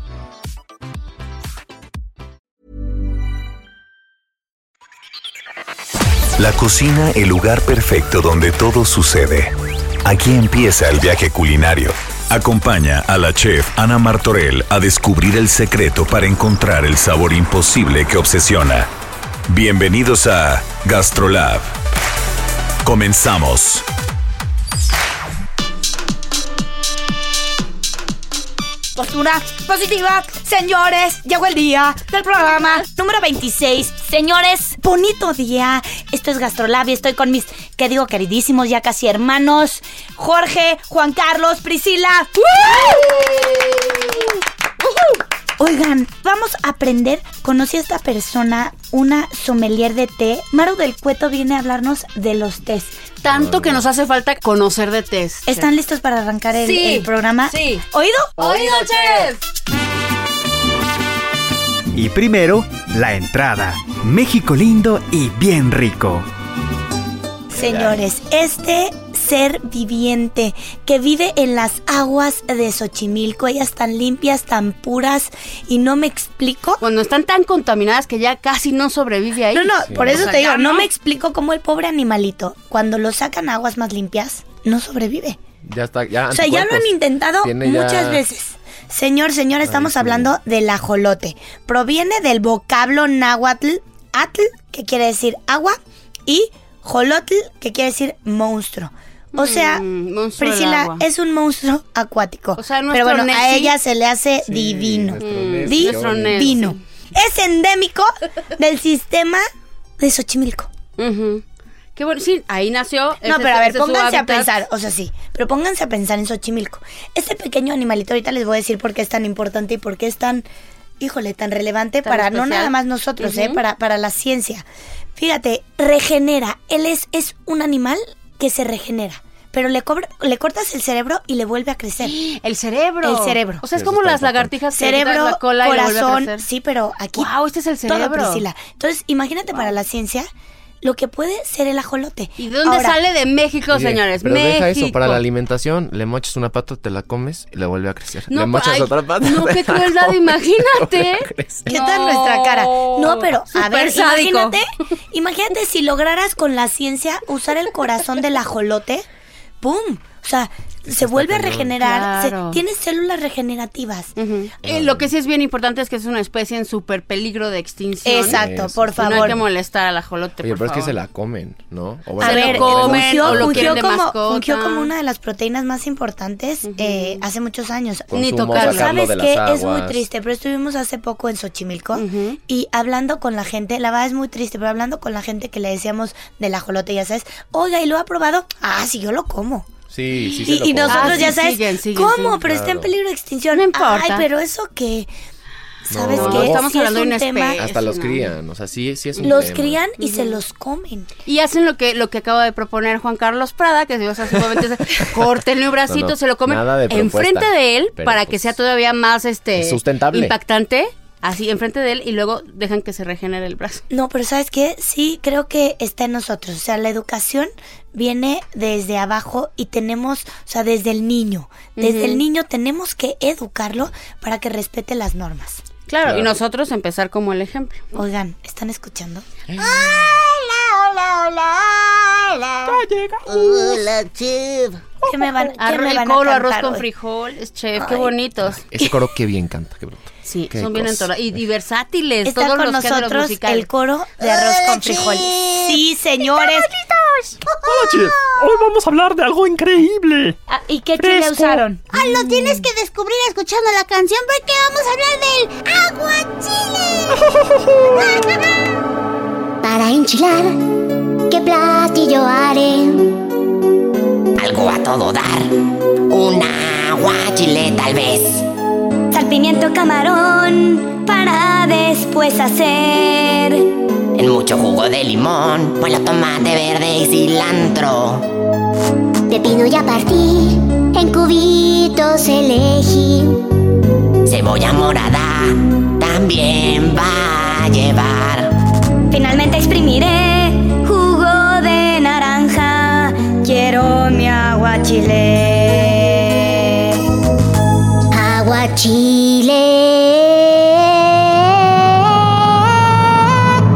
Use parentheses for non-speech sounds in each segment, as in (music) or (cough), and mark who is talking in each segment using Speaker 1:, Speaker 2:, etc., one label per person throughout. Speaker 1: La cocina, el lugar perfecto donde todo sucede. Aquí empieza el viaje culinario. Acompaña a la chef Ana Martorell a descubrir el secreto para encontrar el sabor imposible que obsesiona. Bienvenidos a Gastrolab. Comenzamos.
Speaker 2: Postura positiva, señores. Llegó el día del programa número 26. Señores, bonito día. Esto es Gastrolab y estoy con mis, ¿qué digo, queridísimos, ya casi hermanos? Jorge, Juan Carlos, Priscila. Oigan, vamos a aprender. Conocí a esta persona, una sommelier de té. Maru del Cueto viene a hablarnos de los tés.
Speaker 3: Tanto que nos hace falta conocer de test.
Speaker 2: ¿Están listos para arrancar el,
Speaker 3: Sí,
Speaker 2: el programa?
Speaker 3: sí.
Speaker 2: ¿Oído?
Speaker 3: ¡Oído, chef!
Speaker 4: Y primero, la entrada. México lindo y bien rico.
Speaker 2: Señores, este ser viviente que vive en las aguas de Xochimilco, ellas tan limpias, tan puras, y no me explico.
Speaker 3: Cuando están tan contaminadas que ya casi no sobrevive ahí.
Speaker 2: No, no, por eso
Speaker 3: O sea,
Speaker 2: te digo,
Speaker 3: ya
Speaker 2: no me explico cómo el pobre animalito, cuando lo sacan a aguas más limpias, no sobrevive.
Speaker 5: Ya está, ya.
Speaker 2: O sea, ya lo han
Speaker 5: anticuerpos.
Speaker 2: intentado
Speaker 5: Tiene ya-
Speaker 2: muchas veces. Señor, señor, estamos hablando del ajolote. Proviene del vocablo náhuatl, atl, que quiere decir agua, y jolotl, que quiere decir monstruo. O sea,
Speaker 3: Mm, monstruo del
Speaker 2: Priscila
Speaker 3: agua.
Speaker 2: es un monstruo acuático.
Speaker 3: O sea,
Speaker 2: Pero
Speaker 3: nuestro
Speaker 2: bueno, a
Speaker 3: Nessie.
Speaker 2: ella se le hace divino.
Speaker 5: nuestro
Speaker 2: Di-
Speaker 3: nuestro Nessie.
Speaker 2: Divino. Es endémico del sistema de Xochimilco.
Speaker 3: Ujú. Qué bueno, sí, ahí nació.
Speaker 2: No,
Speaker 3: ese-
Speaker 2: pero a
Speaker 3: ese
Speaker 2: ver,
Speaker 3: es su
Speaker 2: pónganse a
Speaker 3: hábitat.
Speaker 2: pensar, o sea, sí, pero pónganse a pensar en Xochimilco. Este pequeño animalito, ahorita les voy a decir por qué es tan importante y por qué es tan, híjole, tan relevante
Speaker 3: Tan
Speaker 2: para
Speaker 3: especial.
Speaker 2: no nada más nosotros, ¿eh?
Speaker 3: Ujú.
Speaker 2: Para, para la ciencia. Fíjate, regenera. Él es, es un animal que se regenera, pero le, cobra- le cortas el cerebro y le vuelve a crecer.
Speaker 3: El cerebro.
Speaker 2: El cerebro.
Speaker 3: O sea, es
Speaker 5: Eso
Speaker 3: como
Speaker 5: está
Speaker 3: las
Speaker 5: importante.
Speaker 3: lagartijas. que le
Speaker 2: (gasps) cerebro,
Speaker 3: quitas la cola Y
Speaker 2: corazón,
Speaker 3: sí.
Speaker 2: sí, pero aquí.
Speaker 3: Guau, este es el
Speaker 2: todo,
Speaker 3: cerebro.
Speaker 2: Priscila. Entonces, imagínate para la ciencia lo que puede ser el ajolote.
Speaker 3: ¿Y de dónde
Speaker 2: Ahora,
Speaker 3: sale de México,
Speaker 5: Oye,
Speaker 3: señores?
Speaker 5: Pero
Speaker 3: México.
Speaker 5: deja eso, para la alimentación, le mochas una pata, te la comes y le vuelve a crecer.
Speaker 3: No,
Speaker 5: le mochas
Speaker 3: ay,
Speaker 5: otra pata.
Speaker 3: no,
Speaker 5: te
Speaker 3: qué
Speaker 5: la
Speaker 3: crueldad,
Speaker 5: comes y
Speaker 3: imagínate.
Speaker 5: vuelve a crecer.
Speaker 2: ¿Qué tal nuestra cara? No, pero a
Speaker 3: Súper
Speaker 2: ver,
Speaker 3: sádico.
Speaker 2: imagínate, imagínate si lograras con la ciencia usar el corazón del ajolote, ¡pum! O sea, se vuelve a regenerar, se-
Speaker 3: Claro.
Speaker 2: tiene células regenerativas.
Speaker 3: Ujú. Eh, lo que sí es bien importante es que es una especie en súper peligro de extinción.
Speaker 2: Exacto,
Speaker 5: Eso.
Speaker 2: por
Speaker 3: Y No hay que
Speaker 2: favor.
Speaker 3: molestar al ajolote,
Speaker 5: Oye,
Speaker 3: por
Speaker 5: pero es que
Speaker 3: favor.
Speaker 5: se la comen, ¿no? O
Speaker 2: A
Speaker 3: Se lo
Speaker 2: ver,
Speaker 3: comen,
Speaker 2: fungió,
Speaker 3: o lo
Speaker 2: fungió
Speaker 3: quieren de
Speaker 2: como,
Speaker 3: mascota.
Speaker 2: fungió como una de las proteínas más importantes eh, hace muchos años.
Speaker 3: Ni
Speaker 5: Consumo,
Speaker 3: tocarlo.
Speaker 5: sacarlo
Speaker 2: ¿Sabes
Speaker 5: de las
Speaker 2: qué? Es muy
Speaker 5: aguas.
Speaker 2: triste, pero estuvimos hace poco en Xochimilco y hablando con la gente, la verdad es muy triste, pero hablando con la gente que le decíamos del ajolote, ya sabes, oiga, ¿y lo ha probado? Ah, sí, yo lo como.
Speaker 5: Sí, sí, se
Speaker 2: Y,
Speaker 5: lo
Speaker 2: y
Speaker 5: comen.
Speaker 2: nosotros
Speaker 3: Ah, sí,
Speaker 2: ya sabes,
Speaker 3: siguen, siguen,
Speaker 2: ¿cómo?
Speaker 3: siguen.
Speaker 2: pero está en
Speaker 5: Claro.
Speaker 2: peligro de extinción.
Speaker 3: No importa.
Speaker 2: Ay, pero eso que, ¿sabes
Speaker 5: No,
Speaker 2: qué?
Speaker 5: no,
Speaker 3: estamos
Speaker 2: Sí es
Speaker 3: hablando de
Speaker 2: un
Speaker 3: una
Speaker 2: tema,
Speaker 3: especie.
Speaker 5: Hasta los
Speaker 3: no.
Speaker 5: crían, o sea, sí, sí es un
Speaker 2: Los
Speaker 5: tema.
Speaker 2: crían y se los comen.
Speaker 3: Y hacen lo que, lo que acaba de proponer Juan Carlos Prada, que Dios hace momentos,
Speaker 5: (laughs)
Speaker 3: córtenle un bracito,
Speaker 5: No, no,
Speaker 3: se lo comen
Speaker 5: nada de propuesta.
Speaker 3: enfrente de él
Speaker 5: Pero,
Speaker 3: para que
Speaker 5: pues,
Speaker 3: sea todavía más este
Speaker 5: sustentable.
Speaker 3: impactante, así enfrente de él y luego dejan que se regenere el brazo.
Speaker 2: No, pero ¿sabes qué? Sí, creo que está en nosotros. O sea, la educación viene desde abajo y tenemos, o sea, desde el niño. Desde el niño tenemos que educarlo para que respete las normas.
Speaker 3: Claro, y
Speaker 5: Claro.
Speaker 3: nosotros empezar como el ejemplo.
Speaker 2: Oigan, ¿están escuchando? ¿Qué me van, qué
Speaker 3: Arro-
Speaker 2: me
Speaker 3: el
Speaker 2: van
Speaker 3: coro,
Speaker 2: a
Speaker 3: arroz
Speaker 2: cantar
Speaker 3: con
Speaker 2: hoy?
Speaker 3: frijoles, chef,
Speaker 2: Ay.
Speaker 3: qué bonitos.
Speaker 5: Ese coro que bien canta, qué bruto.
Speaker 3: Sí,
Speaker 5: Qué
Speaker 3: son bien
Speaker 5: cosa.
Speaker 3: entonados. Y, y versátiles,
Speaker 2: Está
Speaker 3: todos
Speaker 2: con
Speaker 3: los géneros
Speaker 2: nosotros
Speaker 3: musicales.
Speaker 2: el coro de arroz con frijoles. Sí, señores.
Speaker 4: Hoy vamos a hablar de algo increíble.
Speaker 2: Ah, ¿Y qué
Speaker 4: Fresco.
Speaker 2: chile usaron?
Speaker 6: Ah, lo tienes que descubrir escuchando la canción porque vamos a hablar del aguachile. Para enchilar, ¿qué platillo haré?
Speaker 7: Algo a todo dar. Un agua chile tal vez. al pimiento camarón para después hacer.
Speaker 8: En mucho jugo de limón, ponle tomate verde y cilantro.
Speaker 6: Pepino ya partí, en cubitos elegí.
Speaker 8: Cebolla morada también va a llevar.
Speaker 7: Finalmente exprimiré jugo de naranja. Quiero mi agua chile.
Speaker 6: Agua chile.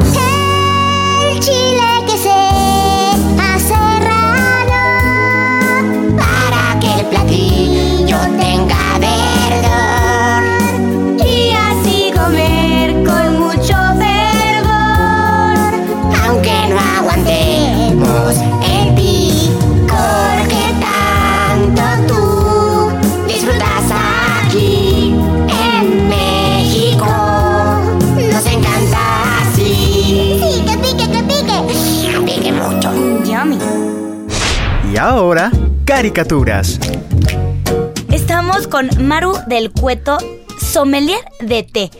Speaker 6: El chile que se hace raro
Speaker 8: Para que el platillo tenga verdor.
Speaker 7: Y así comer con mucho fervor.
Speaker 8: Aunque no aguantemos el picor que tanto tú disfrutas aquí en México. Nos encanta así.
Speaker 6: Pique, pique, que pique.
Speaker 8: Pique mucho.
Speaker 7: Yummy.
Speaker 4: Y ahora, caricaturas.
Speaker 2: Estamos con Maru del Cueto, sommelier de té.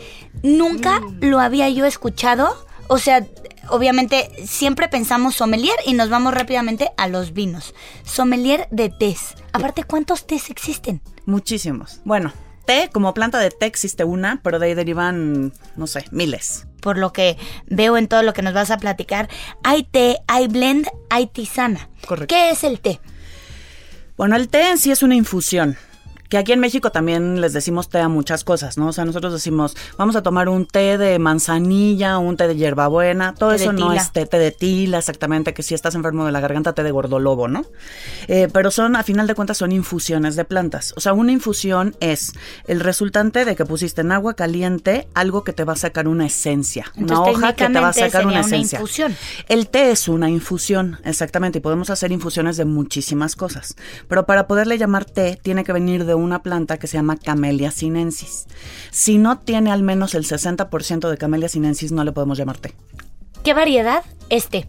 Speaker 2: Nunca
Speaker 9: Mm.
Speaker 2: lo había yo escuchado. O sea, obviamente siempre pensamos sommelier y nos vamos rápidamente a los vinos. Sommelier de tés. Aparte, ¿cuántos tés existen?
Speaker 9: Muchísimos. Bueno, té, como planta de té existe una, pero de ahí derivan, no sé, miles.
Speaker 2: Por lo que veo en todo lo que nos vas a platicar, hay té, hay blend, hay tisana.
Speaker 9: Correcto.
Speaker 2: ¿Qué es el té?
Speaker 9: Bueno, el té en sí es una infusión. Que aquí en México también les decimos té a muchas cosas, ¿no? O sea, nosotros decimos, vamos a tomar un té de manzanilla, un té de hierbabuena, todo
Speaker 2: Té de
Speaker 9: eso no
Speaker 2: tila.
Speaker 9: es té, té de tila, exactamente, que si estás enfermo de la garganta, té de gordolobo, ¿no? Eh, pero son, a final de cuentas, son infusiones de plantas. O sea, una infusión es el resultante de que pusiste en agua caliente algo que te va a sacar una esencia, una
Speaker 2: Entonces,
Speaker 9: hoja que te va a
Speaker 2: técnicamente
Speaker 9: sacar
Speaker 2: sería
Speaker 9: una
Speaker 2: una
Speaker 9: esencia.
Speaker 2: infusión.
Speaker 9: El té es una infusión, exactamente, y podemos hacer infusiones de muchísimas cosas. Pero para poderle llamar té, tiene que venir de una planta que se llama Camellia sinensis. Si no tiene al menos el 60% de Camellia sinensis, no le podemos llamar té.
Speaker 2: ¿Qué variedad es té?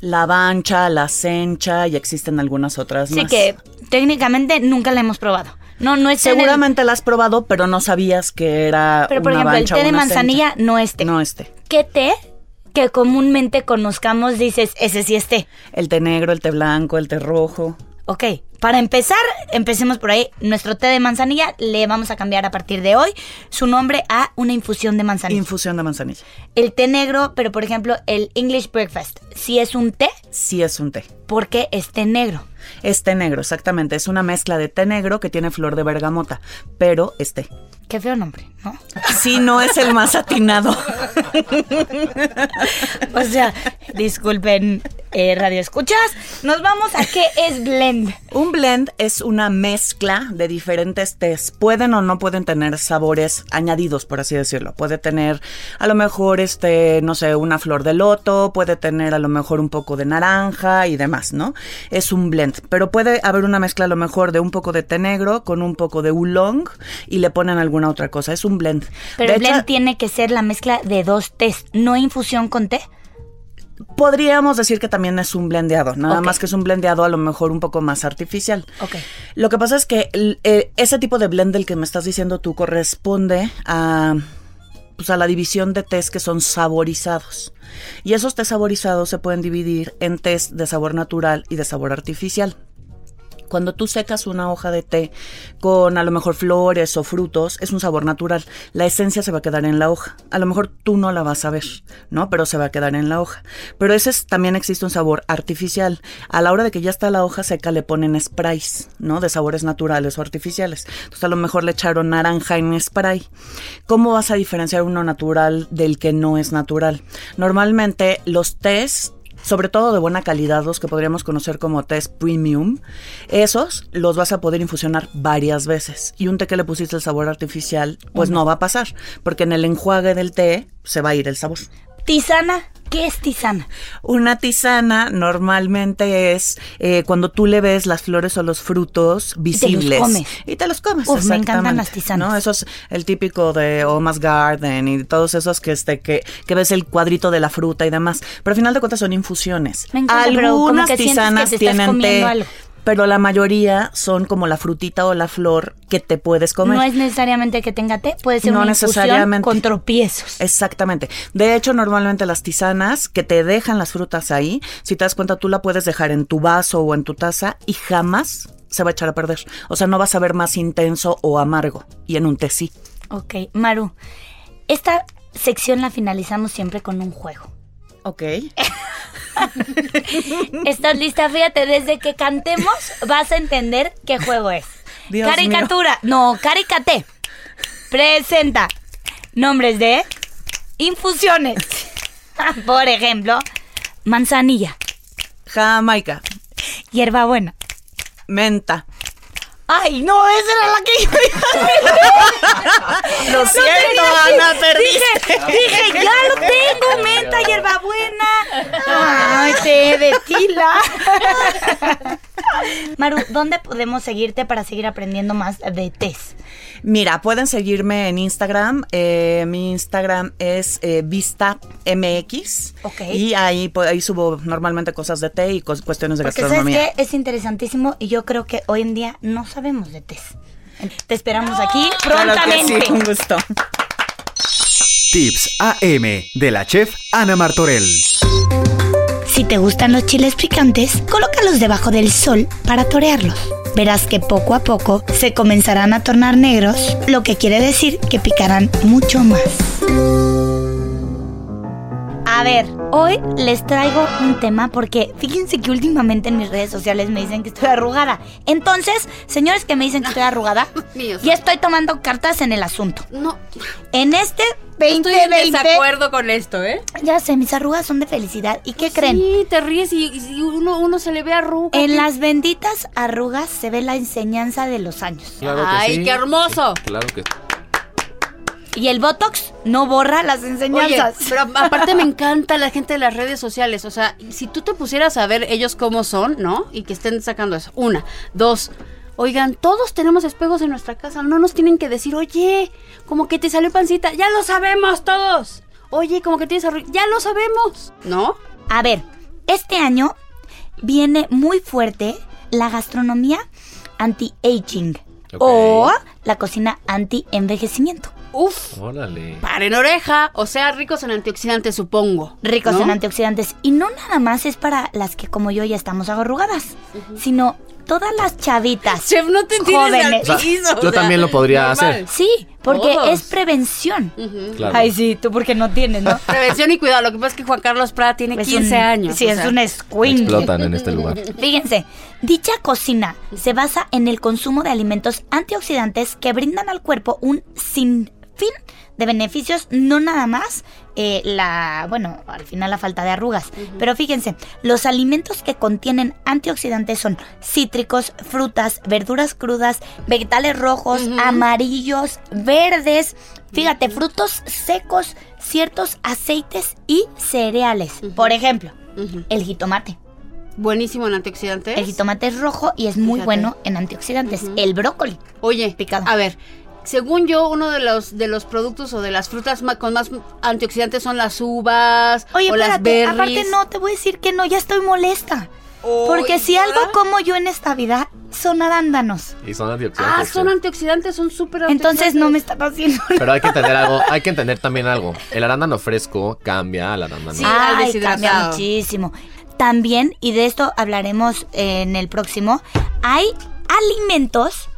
Speaker 9: La bancha, la sencha, y existen algunas otras
Speaker 2: Así
Speaker 9: más.
Speaker 2: que técnicamente nunca la hemos probado. No, no es en el-
Speaker 9: Seguramente la has probado, pero no sabías que era
Speaker 2: Pero por
Speaker 9: una
Speaker 2: ejemplo, el
Speaker 9: bancha
Speaker 2: té
Speaker 9: o
Speaker 2: de
Speaker 9: una
Speaker 2: manzanilla
Speaker 9: sencha.
Speaker 2: no es té.
Speaker 9: No este.
Speaker 2: ¿Qué té que comúnmente conozcamos dices, ese sí es té?
Speaker 9: El té negro, el té blanco, el té rojo.
Speaker 2: Ok, para empezar, empecemos por ahí. Nuestro té de manzanilla le vamos a cambiar a partir de hoy su nombre a una infusión de manzanilla.
Speaker 9: Infusión de manzanilla.
Speaker 2: el té negro, pero por ejemplo, el English breakfast, si es un té,
Speaker 9: Sí es un té.
Speaker 2: porque es té negro.
Speaker 9: Es té negro, exactamente. Es una mezcla de té negro que tiene flor de bergamota, pero es té.
Speaker 2: Qué feo nombre, ¿no?
Speaker 9: Sí, no es el más atinado.
Speaker 2: O sea, disculpen, eh, radio escuchas. Nos vamos a qué es blend.
Speaker 9: Un blend es una mezcla de diferentes tés. Pueden o no pueden tener sabores añadidos, por así decirlo. Puede tener a lo mejor este, no sé, una flor de loto, puede tener a lo mejor un poco de naranja y demás, ¿no? Es un blend, pero puede haber una mezcla a lo mejor de un poco de té negro con un poco de oolong y le ponen alguna otra cosa. Es un blend.
Speaker 2: Pero
Speaker 9: De
Speaker 2: el blend
Speaker 9: hecho,
Speaker 2: tiene que ser la mezcla de dos tés, no infusión con té.
Speaker 9: Podríamos decir que también es un blendeado, nada
Speaker 2: Ok.
Speaker 9: más que es un blendeado a lo mejor un poco más artificial.
Speaker 2: Ok.
Speaker 9: Lo que pasa es que el- eh, ese tipo de blend del que me estás diciendo tú corresponde a pues a la división de tés que son saborizados. Y esos tés saborizados se pueden dividir en tés de sabor natural y de sabor artificial. Cuando tú secas una hoja de té con a lo mejor flores o frutos, es un sabor natural. La esencia se va a quedar en la hoja. A lo mejor tú no la vas a ver, ¿no? Pero se va a quedar en la hoja. Pero ese es- también existe un sabor artificial. A la hora de que ya está la hoja seca le ponen sprays, ¿no? De sabores naturales o artificiales. Entonces a lo mejor le echaron naranja en spray. ¿Cómo vas a diferenciar uno natural del que no es natural? Normalmente los tés sobre todo de buena calidad, los que podríamos conocer como test premium, esos los vas a poder infusionar varias veces. Y un té que le pusiste el sabor artificial, pues no va a pasar, porque en el enjuague del té se va a ir el sabor.
Speaker 2: Tisana, ¿qué es tisana?
Speaker 9: Una tisana normalmente es eh, cuando tú le ves las flores o los frutos visibles.
Speaker 2: comes.
Speaker 9: Y te los comes.
Speaker 2: Uf, me encantan
Speaker 9: Pues exactamente,
Speaker 2: las tisanas.
Speaker 9: ¿no? Eso es el típico de Oma's Garden y todos esos que, este, que, que ves el cuadrito de la fruta y demás. Pero al final de cuentas son infusiones.
Speaker 2: Me encanta, pero como
Speaker 9: Algunas
Speaker 2: que sientes que
Speaker 9: tisanas
Speaker 2: te estás
Speaker 9: tienen té.
Speaker 2: comiendo algo.
Speaker 9: pero la mayoría son como la frutita o la flor que te puedes comer.
Speaker 2: No es necesariamente que tenga té, puede ser
Speaker 9: No
Speaker 2: una infusión
Speaker 9: necesariamente. Eh.
Speaker 2: con tropiezos.
Speaker 9: Exactamente. De hecho, normalmente las tisanas que te dejan las frutas ahí, si te das cuenta, tú la puedes dejar en tu vaso o en tu taza y jamás se va a echar a perder. O sea, no vas a ver más intenso o amargo. Y en un té sí.
Speaker 2: Ok, Maru, esta sección la finalizamos siempre con un juego.
Speaker 9: Ok.
Speaker 2: ¿Estás lista? Fíjate, desde que cantemos vas a entender qué juego es.
Speaker 9: Dios
Speaker 2: Caricatura. No, caricate. Presenta nombres de infusiones. (laughs) Por ejemplo, manzanilla,
Speaker 9: Jamaica,
Speaker 2: hierbabuena.
Speaker 9: menta.
Speaker 2: Ay, no, esa era la que yo
Speaker 9: (laughs) Lo siento,
Speaker 2: tenía
Speaker 9: Ana, perdiste.
Speaker 2: Dije, dije, ya lo tengo, menta, hierbabuena. Ay, té de tila. (laughs) Maru, ¿dónde podemos seguirte para seguir aprendiendo más de test?
Speaker 9: Mira, pueden seguirme en Instagram. Eh, mi Instagram es eh, VistaMX.
Speaker 2: Ok.
Speaker 9: Y ahí, po- pues, ahí subo normalmente cosas de té y cos- cuestiones de
Speaker 2: Porque sabes
Speaker 9: gastronomía.
Speaker 2: que es interesantísimo y yo creo que hoy en día no sabemos de test. Te esperamos aquí
Speaker 9: Claro que
Speaker 2: prontamente.
Speaker 9: sí, con gusto.
Speaker 4: Tips AM de la chef Ana Martorell.
Speaker 2: Si te gustan los chiles picantes, colócalos debajo del sol para torearlos. Verás que poco a poco se comenzarán a tornar negros, lo que quiere decir que picarán mucho más. A ver, hoy les traigo un tema porque fíjense que últimamente en mis redes sociales me dicen que estoy arrugada. Entonces, señores que me dicen que
Speaker 3: (laughs)
Speaker 2: estoy arrugada,
Speaker 3: Míos.
Speaker 2: ya estoy tomando cartas en el asunto.
Speaker 3: No,
Speaker 2: En este
Speaker 3: estoy en
Speaker 2: 2020,
Speaker 3: desacuerdo con esto, ¿eh?
Speaker 2: ya sé, mis arrugas son de felicidad. ¿Y qué creen?
Speaker 3: Sí, te ríes y, y uno, uno se le ve arruga.
Speaker 2: En las benditas arrugas se ve la enseñanza de los años.
Speaker 5: Claro que
Speaker 3: Ay,
Speaker 5: sí.
Speaker 3: qué hermoso.
Speaker 5: Sí, claro que
Speaker 2: Y el Botox no borra las
Speaker 3: Oye,
Speaker 2: enseñanzas.
Speaker 3: pero aparte me encanta la gente de las redes sociales. O sea, si tú te pusieras a ver ellos cómo son, ¿no? Y que estén sacando eso. Una, dos. Oigan, todos tenemos espejos en nuestra casa. No nos tienen que decir, oye, como que te salió pancita. Ya lo sabemos todos. Oye, como que tienes arrugas. Ya lo sabemos. ¿No?
Speaker 2: A ver, este año viene muy fuerte la gastronomía anti-aging
Speaker 5: Ok.
Speaker 2: o la cocina anti-envejecimiento.
Speaker 3: Uf.
Speaker 5: sí. Órale.
Speaker 3: Paren oreja. O sea, ricos en antioxidantes, supongo.
Speaker 2: Ricos
Speaker 3: ¿no?
Speaker 2: en antioxidantes. Y no nada más es para las que como yo ya estamos arrugadas, sino todas las chavitas.
Speaker 3: Chef, no te tires al
Speaker 2: Jóvenes.
Speaker 3: piso.
Speaker 5: O sea,
Speaker 3: o
Speaker 5: yo
Speaker 3: sea,
Speaker 5: también lo podría hacer.
Speaker 2: Sí, porque
Speaker 3: Todos.
Speaker 2: es prevención.
Speaker 3: Ujú.
Speaker 5: Claro.
Speaker 2: sí, tú porque no tienes, (laughs) ¿no?
Speaker 3: Prevención y cuidado. Lo que pasa es que Juan Carlos Prada tiene
Speaker 2: Es
Speaker 3: 15
Speaker 2: un-
Speaker 3: años.
Speaker 2: Sí,
Speaker 3: o
Speaker 2: es
Speaker 3: sea.
Speaker 2: un squint.
Speaker 5: Explotan en este lugar.
Speaker 2: Fíjense, dicha cocina se basa en el consumo de alimentos antioxidantes que brindan al cuerpo un sinfín de beneficios, no nada más eh, la, bueno, al final la falta de arrugas. Pero fíjense, los alimentos que contienen antioxidantes son cítricos, frutas, verduras crudas, vegetales rojos, amarillos, verdes, fíjate, frutos secos, ciertos aceites y cereales. Por ejemplo,
Speaker 3: Ujú.
Speaker 2: el jitomate.
Speaker 3: Buenísimo en antioxidantes.
Speaker 2: El jitomate es rojo y es muy
Speaker 3: Fíjate.
Speaker 2: bueno en antioxidantes. El brócoli.
Speaker 3: Oye,
Speaker 2: Picado.
Speaker 3: A ver, según yo, uno de los de los productos o de las frutas ma- con más antioxidantes son las uvas
Speaker 2: Oye,
Speaker 3: o las
Speaker 2: espérate,
Speaker 3: berries.
Speaker 2: aparte no, te voy a decir que no, ya estoy molesta.
Speaker 3: Oy,
Speaker 2: Porque si algo
Speaker 3: ¿verdad?
Speaker 2: como yo en esta vida son arándanos.
Speaker 5: Y son antioxidantes.
Speaker 3: Ah, son
Speaker 5: sí.
Speaker 3: antioxidantes, son súper
Speaker 2: Entonces no me
Speaker 3: antioxidantes.
Speaker 2: están haciendo
Speaker 5: Pero hay que entender algo, hay que entender también algo. El arándano fresco cambia al arándano.
Speaker 3: Sí. al
Speaker 2: Ay,
Speaker 3: deshidratado.
Speaker 2: cambia muchísimo. También, y de esto hablaremos en el próximo, hay alimentos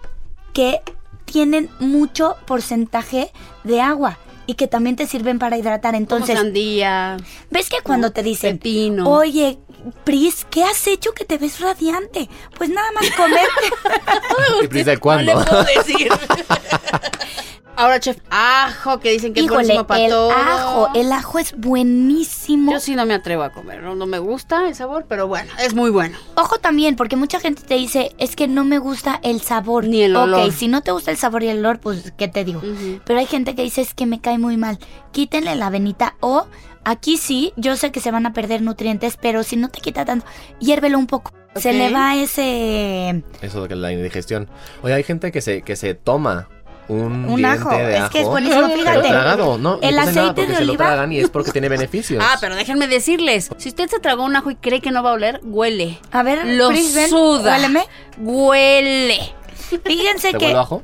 Speaker 2: que tienen mucho porcentaje de agua y que también te sirven para hidratar.
Speaker 3: Como
Speaker 2: Entonces,
Speaker 3: sandía.
Speaker 2: ¿Ves que cuando
Speaker 3: ¿no?
Speaker 2: te dicen,
Speaker 3: Pepino.
Speaker 2: oye, Pris, ¿qué has hecho que te ves radiante? Pues nada más
Speaker 3: (laughs)
Speaker 2: comer.
Speaker 5: (laughs) ¿Y prisa de cuándo?
Speaker 3: No le puedo
Speaker 5: (laughs)
Speaker 3: decir. Ahora, chef, ajo, que dicen que es
Speaker 2: Híjole,
Speaker 3: buenísimo para
Speaker 2: el
Speaker 3: todo.
Speaker 2: ajo, el ajo es buenísimo.
Speaker 3: Yo sí no me atrevo a comer, no, no me gusta el sabor, pero bueno, es muy bueno.
Speaker 2: Ojo también, porque mucha gente te dice, es que no me gusta el sabor.
Speaker 3: Ni el olor.
Speaker 2: Ok, si no te gusta el sabor y el olor, pues, ¿qué te digo?
Speaker 3: Ujú.
Speaker 2: Pero hay gente que dice, es que me cae muy mal. Quítenle la venita o... Aquí sí, yo sé que se van a perder nutrientes, pero si no te quita tanto, hiérvelo un poco. Se
Speaker 3: Ok.
Speaker 2: le va ese...
Speaker 5: Eso de la indigestión. Oye, hay gente que se, que se toma un,
Speaker 2: Un
Speaker 5: diente
Speaker 2: ajo,
Speaker 5: de
Speaker 2: es que es
Speaker 5: ajo,
Speaker 2: buenísimo,
Speaker 5: pero
Speaker 2: fíjate.
Speaker 5: tragado, no,
Speaker 3: El
Speaker 5: no pasa nada
Speaker 3: aceite
Speaker 5: porque
Speaker 3: de
Speaker 5: se lo
Speaker 3: oliva.
Speaker 5: tragan y es porque tiene beneficios.
Speaker 3: Ah, pero déjenme decirles, si usted se tragó un ajo y cree que no va a oler, huele.
Speaker 2: A ver,
Speaker 3: Lo
Speaker 2: Frisbee,
Speaker 3: suda. (laughs)
Speaker 2: huéleme.
Speaker 3: Huele.
Speaker 2: Fíjense
Speaker 5: ¿Te
Speaker 2: que.
Speaker 5: vuelvo ajo?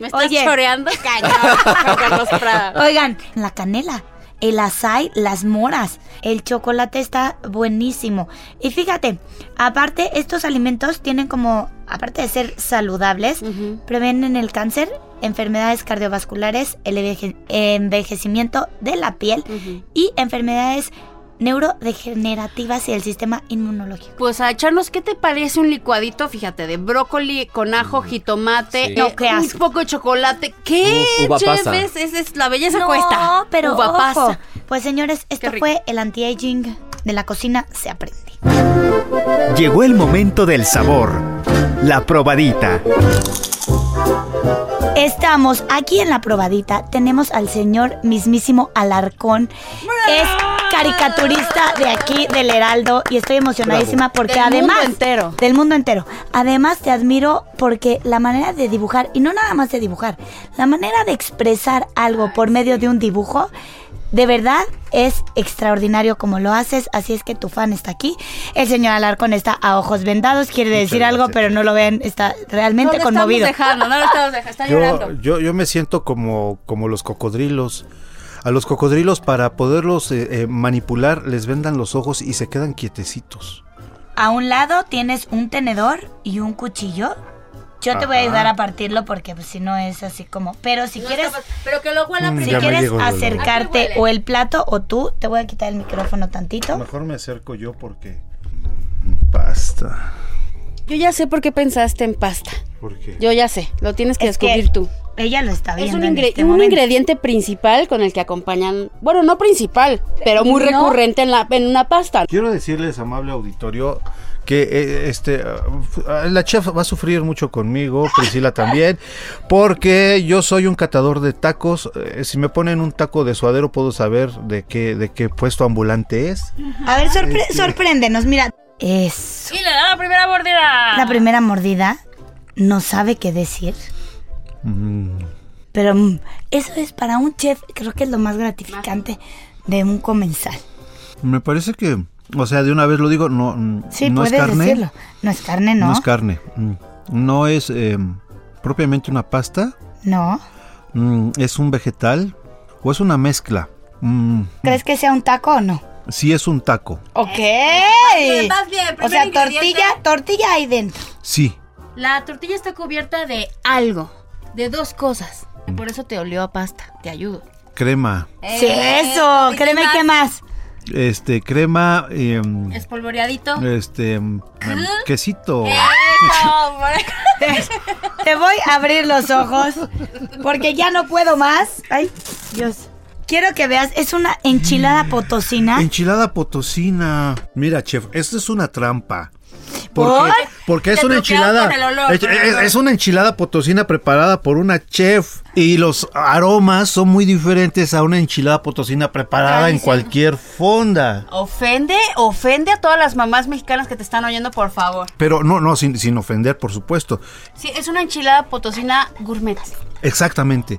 Speaker 3: Me estás
Speaker 2: Oye. (laughs)
Speaker 3: choreando cañón, Carlos Prada.
Speaker 2: Oigan, la canela, el azay, las moras, el chocolate está buenísimo. Y fíjate, aparte estos alimentos tienen como, aparte de ser saludables,
Speaker 3: Ujú.
Speaker 2: previenen el cáncer, enfermedades cardiovasculares, el enveje- envejecimiento de la piel
Speaker 3: Ujú.
Speaker 2: y enfermedades neurodegenerativas y el sistema inmunológico.
Speaker 3: Pues a echarnos, ¿qué te parece un licuadito? Fíjate, de brócoli con ajo, jitomate,
Speaker 5: Mm, Sí.
Speaker 3: eh,
Speaker 2: No, qué asco.
Speaker 3: un poco de chocolate. ¿Qué?
Speaker 5: Uf, uva
Speaker 3: Chefes?
Speaker 5: pasa.
Speaker 3: Esa es la belleza
Speaker 2: No,
Speaker 3: cuesta.
Speaker 2: pero
Speaker 3: uva
Speaker 2: ojo.
Speaker 3: pasa.
Speaker 2: Pues señores, esto
Speaker 3: rico.
Speaker 2: fue el anti-aging de la cocina se aprende.
Speaker 4: Llegó el momento del sabor. La probadita.
Speaker 2: Estamos aquí en la probadita. Tenemos al señor mismísimo Alarcón. Es caricaturista de aquí, del Heraldo, y estoy emocionadísima porque
Speaker 3: Del mundo
Speaker 2: además.
Speaker 3: entero.
Speaker 2: Del mundo entero. Además, te admiro porque la manera de dibujar, y no nada más de dibujar, la manera de expresar algo por medio de un dibujo. De verdad es extraordinario como lo haces, así es que tu fan está aquí. El señor Alarcón está a ojos vendados, quiere decir algo, pero no lo ven, está
Speaker 3: No
Speaker 2: realmente
Speaker 3: lo
Speaker 2: conmovido.
Speaker 3: estamos dejando, no lo estamos dejando. Está
Speaker 10: Yo,
Speaker 3: llorando.
Speaker 10: yo, yo me siento como, como los cocodrilos. A los cocodrilos para poderlos eh, eh, manipular les vendan los ojos y se quedan quietecitos.
Speaker 2: A un lado tienes un tenedor y un cuchillo. Yo te voy a ayudar a partirlo porque pues, si no es así como... Pero si
Speaker 3: No
Speaker 2: quieres,
Speaker 3: está pas- Pero que lo huela
Speaker 10: Mm,
Speaker 2: si
Speaker 10: ya me
Speaker 2: quieres
Speaker 10: llegó el olor.
Speaker 2: acercarte
Speaker 3: Así huele.
Speaker 2: o el plato o tú, te voy a quitar el micrófono tantito.
Speaker 10: Mejor me acerco yo porque... Pasta.
Speaker 3: Yo ya sé por qué pensaste en pasta.
Speaker 10: Porque
Speaker 3: Yo ya sé, lo tienes que
Speaker 2: Es que
Speaker 3: descubrir tú.
Speaker 2: Ella lo está
Speaker 3: Es
Speaker 2: viendo
Speaker 3: un,
Speaker 2: en
Speaker 3: ingre-
Speaker 2: este
Speaker 3: un
Speaker 2: momento.
Speaker 3: ingrediente principal con el que acompañan, bueno, no principal, pero muy
Speaker 2: No.
Speaker 3: recurrente en, la, en una pasta.
Speaker 10: Quiero decirles, amable auditorio, que eh, este ah, la chef va a sufrir mucho conmigo, Priscila también, porque yo soy un catador de tacos. Eh, si me ponen un taco de suadero, puedo saber de qué, de qué puesto ambulante es.
Speaker 2: A ver, sorpre-
Speaker 10: Este.
Speaker 2: sorpréndenos, mira. Eso.
Speaker 3: Y le da la primera mordida.
Speaker 2: La primera mordida no sabe qué decir. Pero mm, eso es para un chef, creo que es lo más gratificante de un comensal.
Speaker 10: Me parece que, o sea, de una vez lo digo, no, mm,
Speaker 2: Sí,
Speaker 10: no es
Speaker 2: puedes
Speaker 10: carne.
Speaker 2: decirlo. No es carne,
Speaker 10: No
Speaker 2: ¿no?
Speaker 10: es carne. mm, No es eh, propiamente una pasta.
Speaker 2: no.
Speaker 10: mm, Es un vegetal o es una mezcla. mm,
Speaker 2: ¿Crees que sea un taco o no?
Speaker 3: Eh,
Speaker 10: Sí es un taco.
Speaker 2: Ok.
Speaker 3: bien, vas pues, bien.
Speaker 2: O
Speaker 3: Primer
Speaker 2: sea,
Speaker 3: ingrediente.
Speaker 2: tortilla, tortilla ahí dentro.
Speaker 10: Sí.
Speaker 3: La tortilla está cubierta de algo, de dos cosas. Por eso te olió a pasta, te ayudo.
Speaker 10: Crema.
Speaker 3: Eh,
Speaker 2: sí, eso. Créeme
Speaker 3: (laughs)
Speaker 2: que más.
Speaker 10: Este, crema. em,
Speaker 3: Espolvoreadito.
Speaker 10: este. em, em, quesito.
Speaker 3: ¿Eh?
Speaker 2: Te voy a abrir los ojos porque ya no puedo más. Ay, Dios. Quiero que veas, es una enchilada
Speaker 10: Mm.
Speaker 2: potosina.
Speaker 10: Enchilada potosina. Mira, chef, esto es una trampa.
Speaker 2: ¿Por?
Speaker 10: Porque, porque es
Speaker 3: Te
Speaker 10: una
Speaker 3: truquearon
Speaker 10: enchilada.
Speaker 3: con el olor,
Speaker 10: es,
Speaker 3: con el
Speaker 10: es-
Speaker 3: olor.
Speaker 10: es una enchilada potosina preparada por una chef. Y los aromas son muy diferentes a una enchilada potosina preparada en cualquier fonda.
Speaker 3: Ofende, ofende a todas las mamás mexicanas que te están oyendo, por favor.
Speaker 10: Pero no, no, sin, sin ofender, por supuesto.
Speaker 3: Sí, es una enchilada potosina gourmet.
Speaker 10: Exactamente.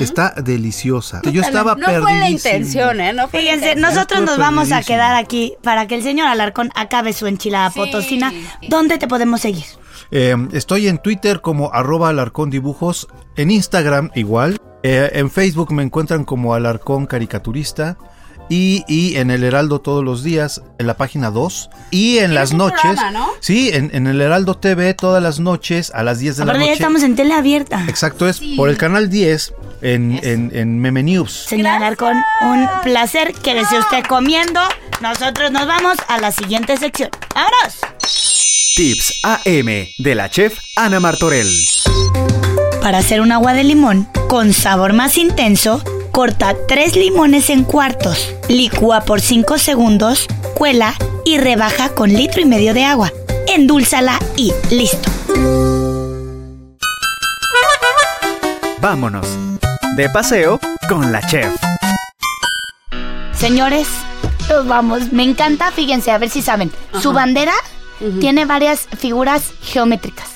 Speaker 10: Está deliciosa. Yo estaba
Speaker 3: No fue la
Speaker 10: perdidísimo.
Speaker 3: intención, ¿eh? No fue la
Speaker 2: Fíjense,
Speaker 3: intención.
Speaker 2: nosotros
Speaker 10: Estoy
Speaker 2: nos vamos a
Speaker 10: perdidísimo.
Speaker 2: quedar aquí para que el señor Alarcón acabe su enchilada
Speaker 3: Sí.
Speaker 2: potosina. ¿Dónde te podemos seguir?
Speaker 10: Eh, estoy en Twitter como arroba alarcón dibujos, en Instagram igual, eh, en Facebook me encuentran como alarcón caricaturista y, y en el Heraldo todos los días, en la página 2 y en las
Speaker 3: un
Speaker 10: noches,
Speaker 3: programa, ¿no?
Speaker 10: sí, en, en el Heraldo TV todas las noches a las 10 de la
Speaker 2: Aparte,
Speaker 10: noche.
Speaker 2: ya estamos en tele abierta.
Speaker 10: Exacto, es por el canal 10 en, en, en Meme News.
Speaker 2: Señor Alarcón, un placer. Quédese usted comiendo. Nosotros nos vamos a la siguiente sección. ¡Vámonos!
Speaker 4: Tips AM de la chef Ana Martorell.
Speaker 2: Para hacer un agua de limón con sabor más intenso, corta tres limones en cuartos, licúa por 5 segundos, cuela y rebaja con litro y medio de agua. Endúlzala y listo.
Speaker 4: Vámonos. De paseo con la chef.
Speaker 2: Señores, nos vamos. Me encanta, fíjense, a ver si saben. Su bandera tiene varias figuras geométricas.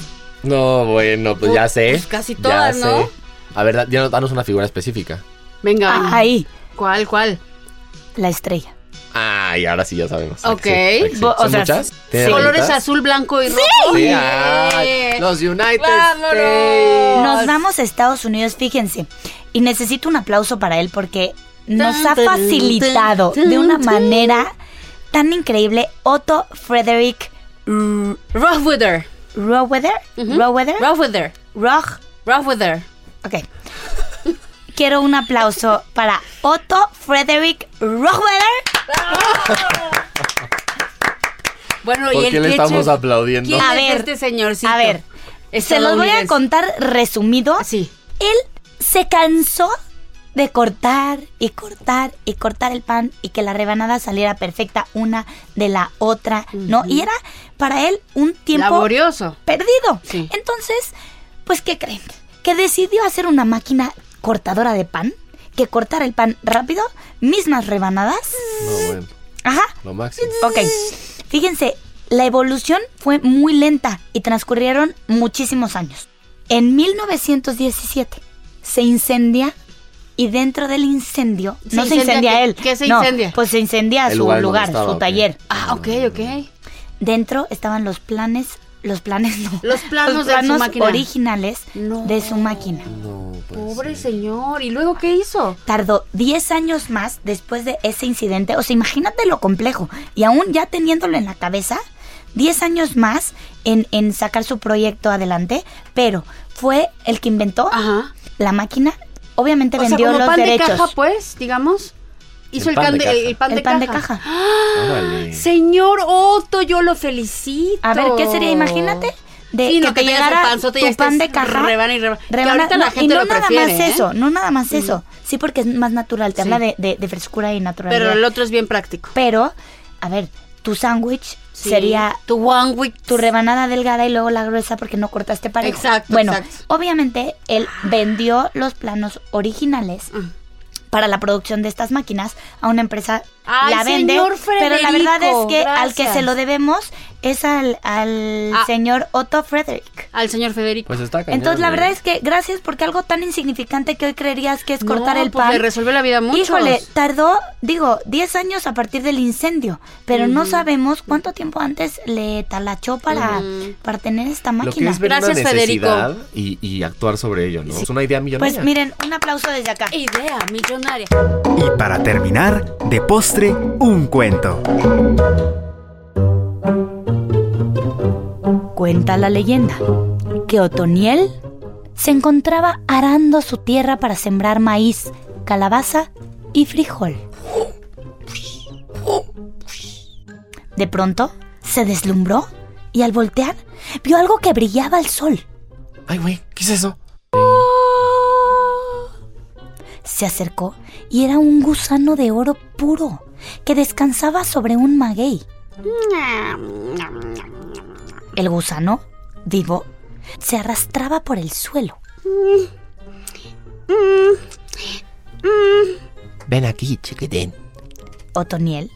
Speaker 5: No, bueno, pues ya sé.
Speaker 3: Pues casi
Speaker 5: ya
Speaker 3: todas,
Speaker 5: sé.
Speaker 3: ¿no?
Speaker 5: A ver, da- ya- danos una figura específica.
Speaker 3: Venga.
Speaker 2: Ahí.
Speaker 3: ¿Cuál, cuál?
Speaker 2: La estrella.
Speaker 5: Ay, ahora sí ya sabemos.
Speaker 3: Ok.
Speaker 5: Sexy, sexy.
Speaker 3: Bo- o
Speaker 5: ¿Son
Speaker 3: sea,
Speaker 5: muchas? ¿Tiene
Speaker 3: Colores
Speaker 5: varitas?
Speaker 3: azul, blanco y rojo.
Speaker 5: Sí, ay, los United States.
Speaker 2: Nos vamos a Estados Unidos, fíjense. Y necesito un aplauso para él porque nos ha facilitado de una manera tan increíble Otto Frederick
Speaker 3: Rothwither.
Speaker 2: Roweather. Roweather.
Speaker 3: Rothwither.
Speaker 2: Roch.
Speaker 3: Rothwither.
Speaker 2: Ok. Quiero un aplauso para Otto Frederick Roweather.
Speaker 3: Bueno,
Speaker 5: ¿Por
Speaker 3: y el
Speaker 5: qué le
Speaker 3: que
Speaker 5: estamos
Speaker 3: eche-
Speaker 5: aplaudiendo?
Speaker 3: ¿Quién
Speaker 2: A
Speaker 3: es
Speaker 2: ver,
Speaker 3: este señorcito?
Speaker 2: a ver, Se los voy a
Speaker 3: Estadounidense.
Speaker 2: contar resumido.
Speaker 3: Sí.
Speaker 2: Él se cansó de cortar y cortar y cortar el pan y que la rebanada saliera perfecta una de la otra, ¿no? Y era para él un tiempo
Speaker 3: Laborioso.
Speaker 2: perdido.
Speaker 3: Sí.
Speaker 2: Entonces, pues, ¿qué creen? Que decidió hacer una máquina cortadora de pan, que cortara el pan rápido, mismas rebanadas.
Speaker 3: Mm.
Speaker 5: No, bueno,
Speaker 2: Ajá.
Speaker 5: lo máximo.
Speaker 2: Ok. Fíjense, la evolución fue muy lenta y transcurrieron muchísimos años. En 1917 se incendia y dentro del incendio
Speaker 3: ¿Se
Speaker 2: no se
Speaker 3: incendia
Speaker 2: incendia
Speaker 3: qué?
Speaker 2: él.
Speaker 3: ¿Qué se
Speaker 2: No,
Speaker 3: incendia?
Speaker 2: pues se incendia
Speaker 5: El
Speaker 2: su
Speaker 5: lugar
Speaker 2: lugar,
Speaker 5: donde estaba,
Speaker 2: su
Speaker 5: ok.
Speaker 2: taller.
Speaker 3: Ah, ok, ok.
Speaker 2: Dentro estaban los planes, los planes (laughs) no,
Speaker 3: Los planos de su máquina.
Speaker 2: originales
Speaker 3: No.
Speaker 2: de su máquina.
Speaker 5: No, pues,
Speaker 3: Pobre señor. ¿Y luego qué hizo?
Speaker 2: Tardó 10 años más después de ese incidente. O sea, imagínate lo complejo. Y aún ya teniéndolo en la cabeza, 10 años más en, en sacar su proyecto adelante. Pero fue el que inventó
Speaker 3: Ajá.
Speaker 2: la máquina. Obviamente
Speaker 3: Ah. O sea,
Speaker 2: vendió
Speaker 3: como
Speaker 2: los
Speaker 3: pan
Speaker 2: derechos.
Speaker 3: de caja, pues, digamos. Hizo el,
Speaker 5: El pan
Speaker 3: can
Speaker 5: de
Speaker 3: de-
Speaker 5: caja.
Speaker 3: el pan,
Speaker 2: el
Speaker 3: de,
Speaker 2: pan
Speaker 3: caja.
Speaker 2: de caja.
Speaker 5: órale.
Speaker 3: Señor Otto, yo lo felicito.
Speaker 2: A ver, ¿qué sería? Imagínate de
Speaker 3: Sí,
Speaker 2: que
Speaker 3: no,
Speaker 2: te
Speaker 3: tengas
Speaker 2: llegara
Speaker 3: el panzote y ya
Speaker 2: tu
Speaker 3: estés
Speaker 2: pan de caja.
Speaker 3: Rebana "Este, y rebana. Que
Speaker 2: Rebana-
Speaker 3: ahorita la
Speaker 2: no,
Speaker 3: gente
Speaker 2: y no
Speaker 3: lo
Speaker 2: nada
Speaker 3: prefiere,
Speaker 2: más
Speaker 3: ¿eh?
Speaker 2: eso, no nada más eso. Sí, porque es más natural, te
Speaker 3: Sí.
Speaker 2: habla de, de- de frescura y naturalidad.
Speaker 3: Pero el otro es bien práctico.
Speaker 2: Pero, a ver, tu sándwich
Speaker 3: Sí.
Speaker 2: sería
Speaker 3: tu one week.
Speaker 2: tu rebanada delgada y luego la gruesa porque no cortaste parejo.
Speaker 3: Exacto,
Speaker 2: Bueno,
Speaker 3: exacto. Ah.
Speaker 2: obviamente él vendió los planos originales
Speaker 3: Mm.
Speaker 2: para la producción de estas máquinas a una empresa.
Speaker 3: Ay,
Speaker 2: la vende,
Speaker 3: señor
Speaker 2: pero la verdad es
Speaker 3: Federico,
Speaker 2: que al que
Speaker 3: gracias.
Speaker 2: se lo debemos es al, al
Speaker 3: Ah.
Speaker 2: señor Otto Frederick.
Speaker 3: Al señor Federico.
Speaker 5: Pues está cañón.
Speaker 2: Entonces, la
Speaker 5: ¿eh?
Speaker 2: verdad es que gracias porque algo tan insignificante que hoy creerías que es cortar
Speaker 3: No,
Speaker 2: el
Speaker 3: pues
Speaker 2: pan.
Speaker 3: Le resolvió la vida mucho.
Speaker 2: Híjole, tardó, digo, 10 años a partir del incendio, pero no sabemos cuánto tiempo antes le talachó para, para tener esta
Speaker 5: Lo que
Speaker 2: máquina.
Speaker 5: es ver
Speaker 3: Gracias,
Speaker 5: una
Speaker 3: Federico.
Speaker 5: necesidad y, y actuar sobre ello, ¿no? Es una idea millonaria.
Speaker 2: Pues miren, un aplauso desde acá.
Speaker 3: Idea millonaria.
Speaker 4: Y para terminar, de postre, un cuento.
Speaker 2: Cuenta la leyenda que Otoniel se encontraba arando su tierra para sembrar maíz, calabaza y frijol. De pronto, se deslumbró y al voltear vio algo que brillaba al sol.
Speaker 5: Ay, güey, ¿qué es eso?
Speaker 2: Se acercó y era un gusano de oro puro que descansaba sobre un maguey. El gusano, vivo, se arrastraba por el suelo.
Speaker 8: Ven aquí, chiquitín.
Speaker 2: Otoniel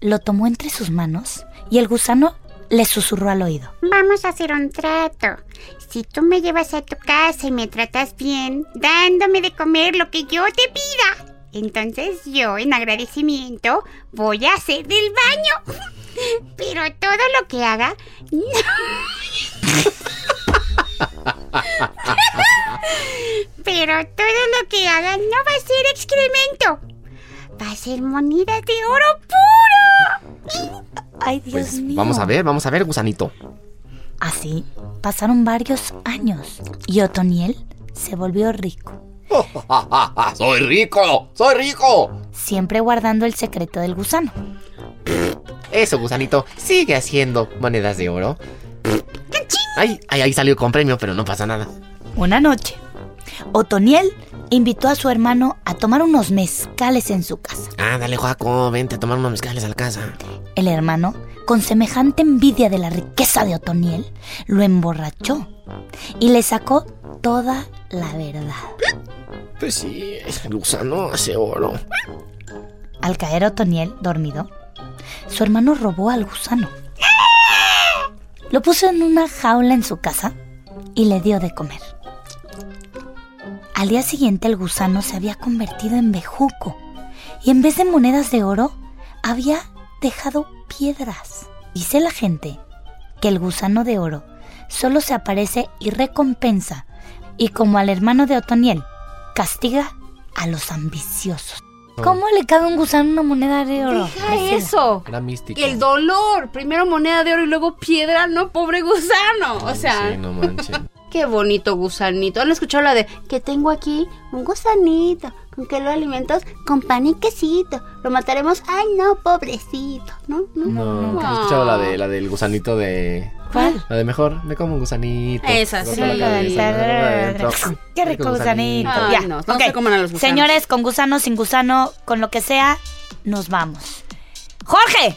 Speaker 2: lo tomó entre sus manos y el gusano le susurró al oído.
Speaker 7: Vamos a hacer un trato. Si tú me llevas a tu casa y me tratas bien, dándome de comer lo que yo te pida, entonces yo, en agradecimiento, voy a hacer del baño. (laughs) Pero todo lo que haga, (laughs) Pero todo lo que haga no va a ser excremento. Va a ser monedas de oro puro.
Speaker 2: ¡Ay, Dios
Speaker 5: Pues
Speaker 2: mío!
Speaker 5: vamos a ver, vamos a ver, gusanito.
Speaker 2: Así pasaron varios años y Otoniel se volvió rico,
Speaker 5: ¡Ah, ¡Soy rico! ¡Soy rico!
Speaker 2: siempre guardando el secreto del gusano.
Speaker 8: Eso, gusanito, sigue haciendo monedas de oro. Ay, ay, ahí salió con premio, pero no pasa nada.
Speaker 2: Una noche, Otoniel invitó a su hermano a tomar unos mezcales en su casa.
Speaker 5: Ah,
Speaker 8: Ándale, Joaco, vente a tomar unos mezcales a la casa.
Speaker 2: El hermano, con semejante envidia de la riqueza de Otoniel, lo emborrachó y le sacó toda la verdad.
Speaker 8: Pues sí, el gusano hace oro.
Speaker 2: Al caer Otoniel dormido, su hermano robó al gusano. Lo puso en una jaula en su casa y le dio de comer. Al día siguiente el gusano se había convertido en bejuco y en vez de monedas de oro había dejado piedras. Dice la gente que el gusano de oro solo se aparece y recompensa y como al hermano de Otoniel, castiga a los ambiciosos.
Speaker 8: Ah.
Speaker 2: ¿Cómo le cabe a un gusano una moneda de oro?
Speaker 3: Deja
Speaker 2: Priscila?
Speaker 3: eso.
Speaker 8: Era místico.
Speaker 3: El dolor. Primero moneda de oro y luego piedra. No, pobre gusano. O sea,
Speaker 8: Sí, no manches.
Speaker 3: qué bonito gusanito. ¿Han escuchado la de que tengo aquí un gusanito? ¿Con que lo alimentas? Con pan y quesito. Lo mataremos. Ay, no, pobrecito. No, no.
Speaker 8: No, ¿has escuchado la, de, la del gusanito de...
Speaker 3: ¿Cuál?
Speaker 8: La de mejor, me como un gusanito.
Speaker 2: Esa,
Speaker 8: Corta
Speaker 2: sí.
Speaker 8: la cabeza, adentro.
Speaker 2: (laughs) Qué rico gusanito.
Speaker 3: Ay,
Speaker 2: Ya,
Speaker 3: no, no
Speaker 2: ok.
Speaker 3: se coman a los gusanos.
Speaker 2: Señores, con gusano, sin gusano, con lo que sea, nos vamos. Jorge,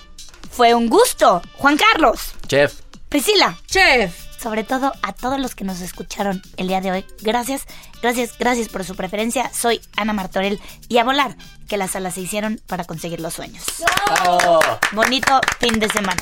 Speaker 2: fue un gusto. Juan Carlos,
Speaker 8: Chef,
Speaker 2: Priscila. Chef. Sobre todo a todos los que nos escucharon el día de hoy. Gracias, gracias, gracias por su preferencia. Soy Ana Martorell y a volar, que las alas se hicieron para conseguir los sueños. Bonito fin de semana.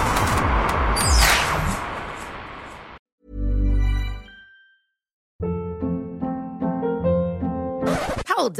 Speaker 11: Hold